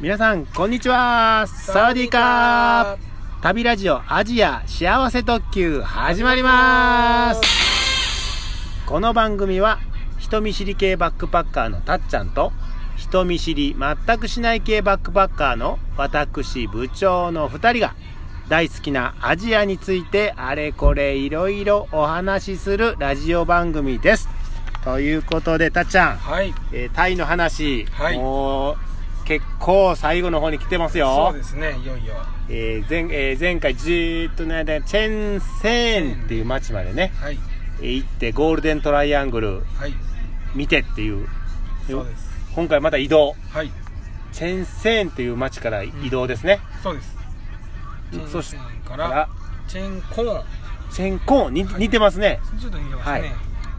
皆さんこんにちはサワディーカー旅ラジオアジア幸せ特急始まりますこの番組は人見知り系バックパッカーのたっちゃんと人見知り全くしない系バックパッカーの私部長の2人が大好きなアジアについてあれこれいろいろお話しするラジオ番組ですということでたっちゃんはい。えータイの話、はいもう結構最後の方に来てますそよう、ですね、いよいよ。えー前えー前回じーっとねでチェンセーンっていう町までねはい。えー行ってゴールデントライアングルはい。見てっていうそうです。今回また移動はい。チェンセーンっていう町から移動ですね、そうです。チェンそしセンかたらら、チェンコーチェンコーンに、似てますねン。ちょっと逃げますはいね。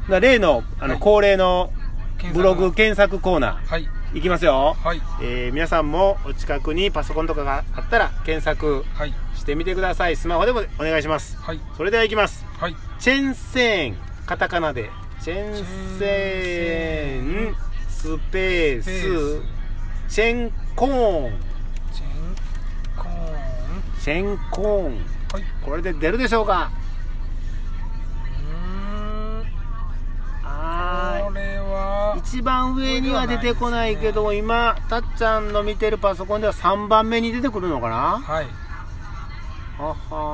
だ例のあの、はい恒例の検索ブログ検索コーナはい。ーいきますよ、はい。えー皆さんもお近くにパソコンとかがあったら検索はい。してみてくださいスマホでもお願いしますはい。それではいきますはい。チェンセーンカタカナでチェンセーンスペーペースチェンコーンチェンコーン。チェンコーンはい。これで出るでしょうかうーん。こはれーいは、一番上には出てこないけど今たっちゃんの見てるパソコンでは3番目に出てくるのかなはい。はは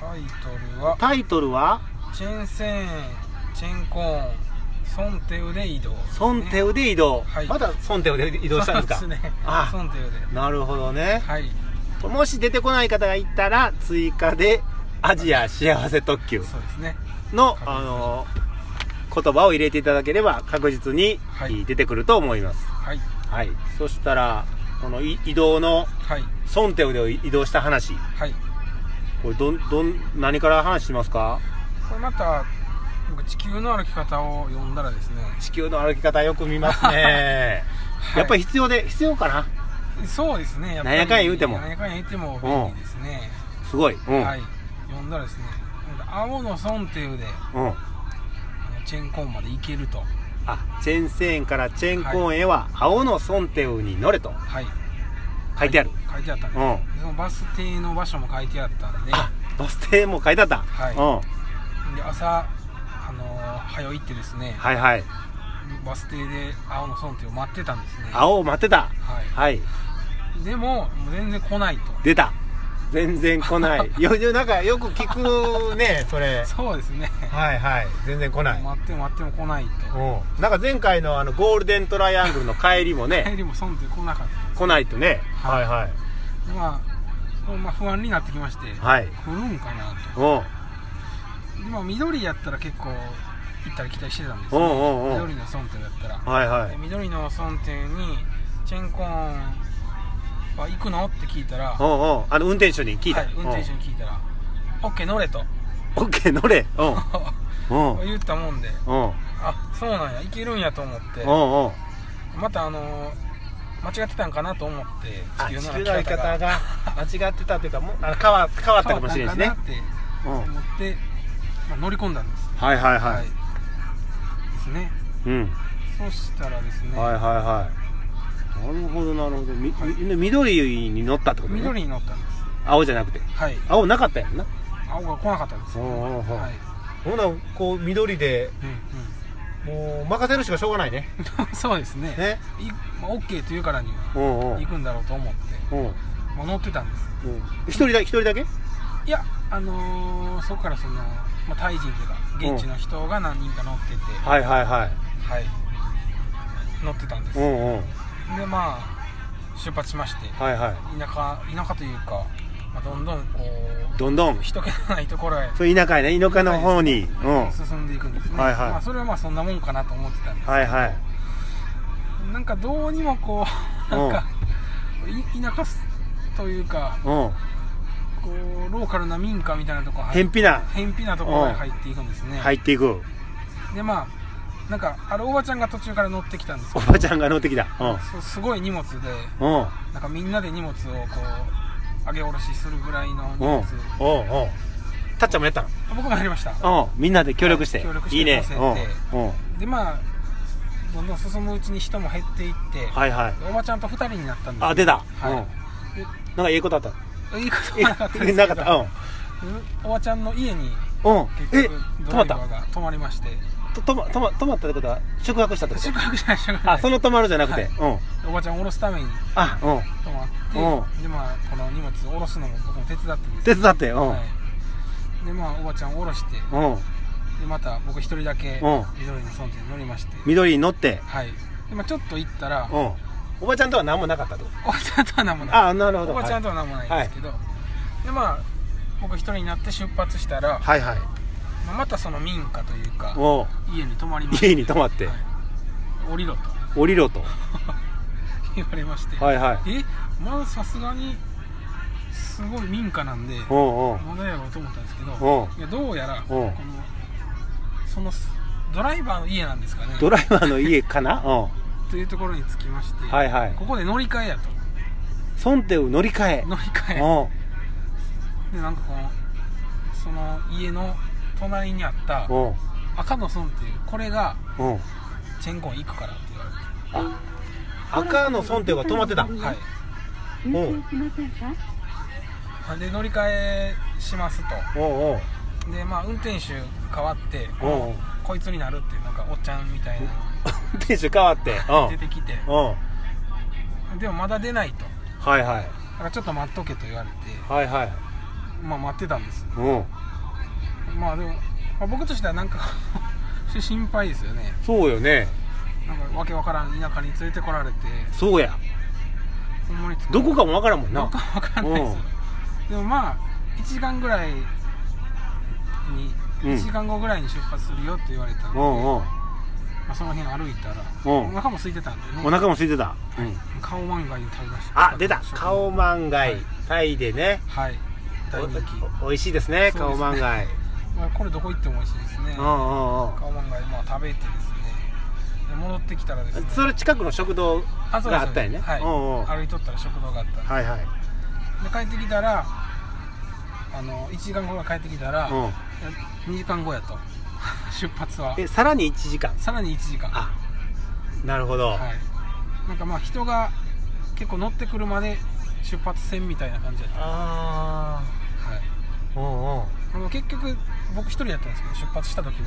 タイトルはー、タイトルはチェンセン、チェンコーン、ソンテウで移動。 「ソンテウで移動」はいまだソンテウで移動したんですかそうですね。あソンテウで。なるほどねはい。もし出てこない方がいたら追加でアジア幸せ特急そうですね。の、確実にあの言葉を入れていただければ確実にはい出てくると思います、はい。はい、そしたらこのい移動のはい。ソンテウで移動した話はい。これどんどん何から話しますかこれまた僕地球の歩き方を読んだらですね、地球の歩き方よく見ますね はいやっぱり必要で必要かなそうですねやっぱなりんやかんや言うてもなんやかんや言うても便利ですね、すごいうん、はい読んだらですね青のソンテウでうんあのチェンコンまで行けるとあチェンセーンからチェンコーンへは青のソンテウに乗れとはい書いてある、書いてあったんでうんす、でそのバス停の場所も書いてあったんであバス停も書いてあった、はいうん、で朝あのー早行ってですね、はいはいバス停で青のソンテウを待ってたんですね青を待ってたはいはいでももう全然来ないと出た全然来 ないよよなんかよく聞くねそれそうですねはいはい全然来ない待っても待っても来ないとうんなんか前回のあのゴールデントライアングルの帰りもね帰りもソンテウ来なかった来ないとねはいはいまあ、こうまあ不安になってきまして、はい来るんかなうんとでも緑やったら結構行ったり来たりしてたんですうんようんうん緑のソンテだったら、はいはでい緑のソンテにチェンコーンは行くのって聞いたらうんうんあの運転手に聞いた、はい、運転手に聞いたら「OK 乗れ」とオッケー乗れうんうん言ったもんでうんあそうなんや行けるんやと思ってうんうんまたあのー間違ってたんかなと思ってあ地球の歩歩きき方が間違ってたというかもうあの変わ変わったかもしれないし変ねわったんかなってうん思って、まあ、乗り込んだんですはいはいは、はいいですねうんそしたらですね、はいはいはいなるほどなるほどみ、み緑に乗ったってことね緑に乗ったんです青じゃなくてはい青なかったやんな青が来なかったんですよ、おうおうおうはい、ほなこう緑でうんもう任せるしかしょうがないねうん、 そうですねねいまあ、OK と言うからにはうんうん行くんだろうと思って、うんうんまあ、乗ってたんです一人だけ一人だけいやあのーそこからその、まあ、タイ人というか現地の人が何人か乗ってて、はいはいはいはい乗ってたんです、んうんでまあ出発しましてはいはい田舎田舎というか、まあ、どんどんこうどんどん人気のないところへそう田舎やね田舎の方にうんはい進んでいくんですね、はいはいまあ、それはまあそんなもんかなと思ってたんです、はいなんかどうにもこううなんんかい田舎すというかうんこうローカルな民家みたいなところ偏僻な偏僻なところに入っていくんですね、入っていくでまあなんかあるおばちゃんが途中から乗ってきたんですおけどばちゃんが乗ってきたうそうすごい荷物でんうんなんかみんなで荷物をこう上げ下ろしするぐらいの荷うんうんう物んたっちゃんもやった僕もやりましたのうんみんなで協力してはい協力していいね乗せてうんうんでまあどんどん進むうちに人も減っていって、はいはいでおばちゃんと二人になったんですあ出た、はうんなんかええことあ ったい、いいことえはなかったですけどなかったうんおばちゃんの家にうん結え局止ドまラっイたバーが泊まりましてととまとま止まったってことは宿泊したってこと宿泊じゃない宿泊じゃあないその止まるじゃなくて、はいうんおばちゃんを降ろすためにあうん泊まって、うでまあこの荷物を降ろすのも僕も手伝ってです手伝ってうん、はい、でまあおばちゃんを降ろしてうんでまた僕一人だけうん緑の村店に乗りまして、緑に乗ってはいでまあ、ちょっと行ったら、うんおばちゃんとは何もなかったってことおばちゃんとは何もないあなるほどおばちゃんととは何もないんですけど、でまあ僕一人になって出発したら、はいはい、まあまたその民家というかおう家に泊まりまして家に泊まってはい降りろと 降りろと言われまして、はいはいえまださすがにすごい民家なんでうんうんまだやろうと思ったんですけどおういやどうやらこおうのそのドライバーの家なんですかねドライバーの家かなうというところに着きまして、んはいはいここで乗り換えやとソンテウ乗り換え乗り換えうんでなんかこのその家の隣にあったうん赤の村っていうこれがうんチェンコン行くからって言われあ赤のソンテウが止まってたてはいうんうんしませんかあで乗り換えしますうんとでまあ運転手変わってうんこ うんこいつになるっていうなんかおっちゃんみたいな運転手変わってのがう出んてきてうんでもまだ出ないとはいはいだからちょっと待っとけと言われてはいはいまあ待ってたんですうんまあでも、まあ僕としてはなんか 心配ですよねそうよねなんかわけわからん田舎に連れてこられてそうやほんまに疲れどこかもわからんもんどなこかわからないですよでもまあ1時間ぐらいにうん1時間後ぐらいに出発するよって言われたんうで、んうんまあ、その辺歩いたら、うんお腹も空いてたんでねお腹も空いてた、うんカオマンガイを食べましたあ出たカオマンガイタイでねはい大人気、お美味しいですねそうでカオすねマンガイまあ、これどこ行っても美味しいですねうんうんうんカオマンガイまあ食べてですねで戻ってきたらですねそれ近くの食堂あそうでがすあったよねはい、うんうん歩いとったら食堂があったんではいはいで帰ってきたらあの1時間後が帰ってきたら、うん2時間後やと 出発はえさらに1時間さらに1時間はあなるほど、いなんかまあ人が結構乗ってくるまで出発せんみたいな感じやった、はああうんうんい、でも結局僕一人やったんですけど出発した時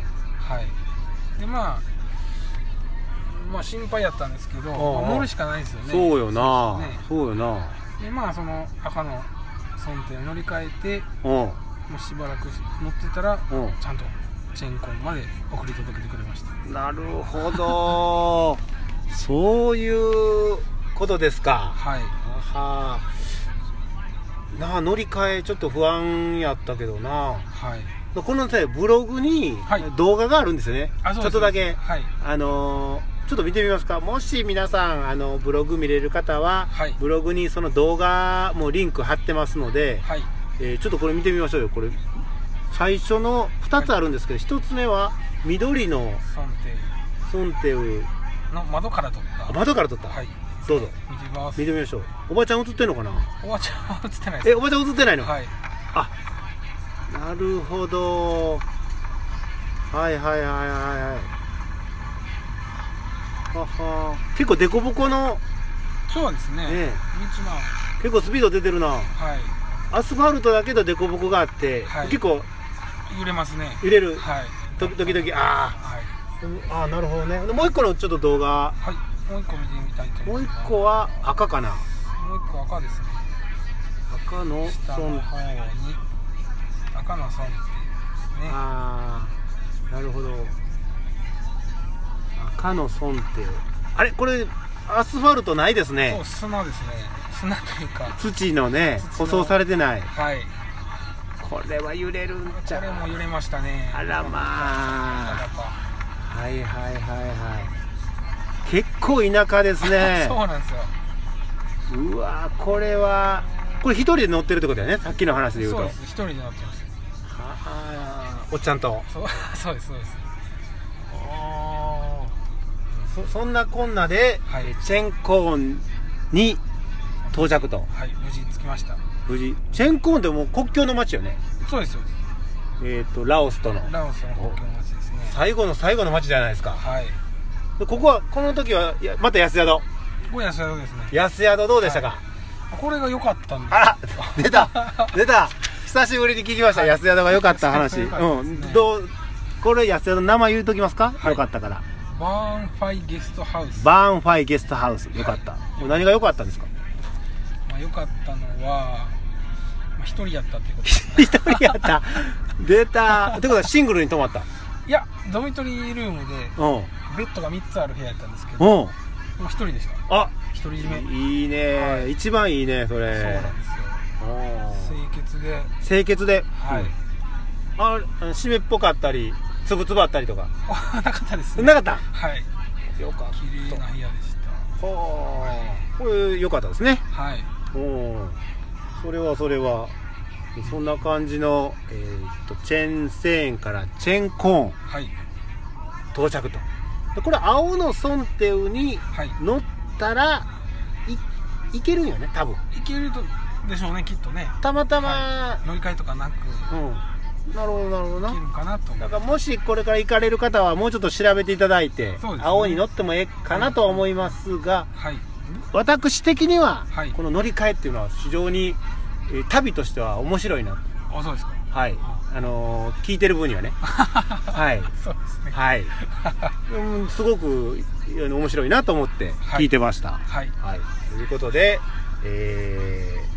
うんうんはいでまあまあ心配やったんですけど、まあおうおう乗るしかないですよねそうよなそうですよねそうよなでまあその赤の村店を乗り換えてうんもうしばらく乗ってたらうんちゃんとチェンコンまで送り届けてくれましたなるほど そういうことですかはいはあなあ乗り換えちょっと不安やったけどなはいこの際ブログにはい動画があるんですよね、あちそょうでっすとだけはいあのーちょっと見てみますかもし皆さんあのブログ見れる方は、はいブログにその動画もリンク貼ってますので、はいえーちょっとこれ見てみましょうよこれ最初の2つあるんですけど、一1つ目は緑の三点ソンテウの窓から撮っあた窓から撮った、はいどうぞ見てみます見てみましょうおばちゃん映ってんのかなおばちゃんは映ってないでえおばちゃん映ってないすの、はいあなるほどはいはいはいはいはいはは結構デコボコのそうですねね道も結構スピード出てるなはいアスファルトだけどデコボコがあって、はい結構揺れますね揺れる、はいと時々あはいーあーなるほどねでもう一個のちょっと動画はいもう一個見てみたいとも思うい一ます個は赤かなもう一個赤ですね赤の下そのの方に赤の三点ですねああなるほど赤のソンテあれこれアスファルトないですねそう砂ですね砂というか土のね土舗の装されてないはいこれは揺れるんこれも揺れましたねあらまあやっぱはいはいはいはい結構田舎です ね そうなんですようわーこれはこれ一人で乗ってるってことだよねさっきの話で言うとそうはです一人で乗ってますあおっちゃんとそうそうですそうですそそんなこんなで、はいえチェンコーンに到着とはい無事着きました無事チェンコーンってもう国境の町よねそうですよえっ、とラオスとのラオスの国境の街ですね最後の最後の町じゃないですかはいでここはこの時はいやまた安宿これ安宿ですね安宿どうでしたか、これが良かったんですあら出 た出た久しぶりに聞きました、安宿が良かった話、安宿が良かうったですねんどうこれ安宿の名前言うときますか、良かったからバーンファイゲストハウス、まバーンファイゲストハウス良かった、これ何が良かったんですかあ、良かったのはまあ、一人やったっていうこと一人やった出たってことはシングルに泊まったいやドミトリールームでうんベッドが3つある部屋やったんですけどもうんう一人でしたあ独り占めいいね、はい一番いいねそそうれなんですよ清潔でうん清潔で、はい、うんああ湿っぽかったりつぶつぶあったりとかあなかったですねなかったはいよか綺麗な部屋でしほーこれ良かったですねたはいうんそれはそれはそんな感じの、えー、とチェンセーンからチェンコーンはい到着とでこれ青のソンテウにはい乗ったらいいけるんよね多分行けるとでしょうねきっとねたまたま、はい乗り換えとかなくうんなるほどなるほどな行けるかなと思だうからもしこれから行かれる方はもうちょっと調べていただいて、そうですね青に乗ってもええかなとは思いますが、はい私的には、はいこの乗り換えっていうのは非常に、えー旅としては面白いなとあそうですかはいあのー聞いてる分にはねはい そうですね はい、うん、すごくあの面白いなと思って聞いてました、はいはいということで、えー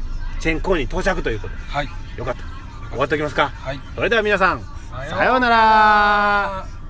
チェンコーンに到着ということはいでよかった終わっておきますかはいそれでは皆さんさようならさようなら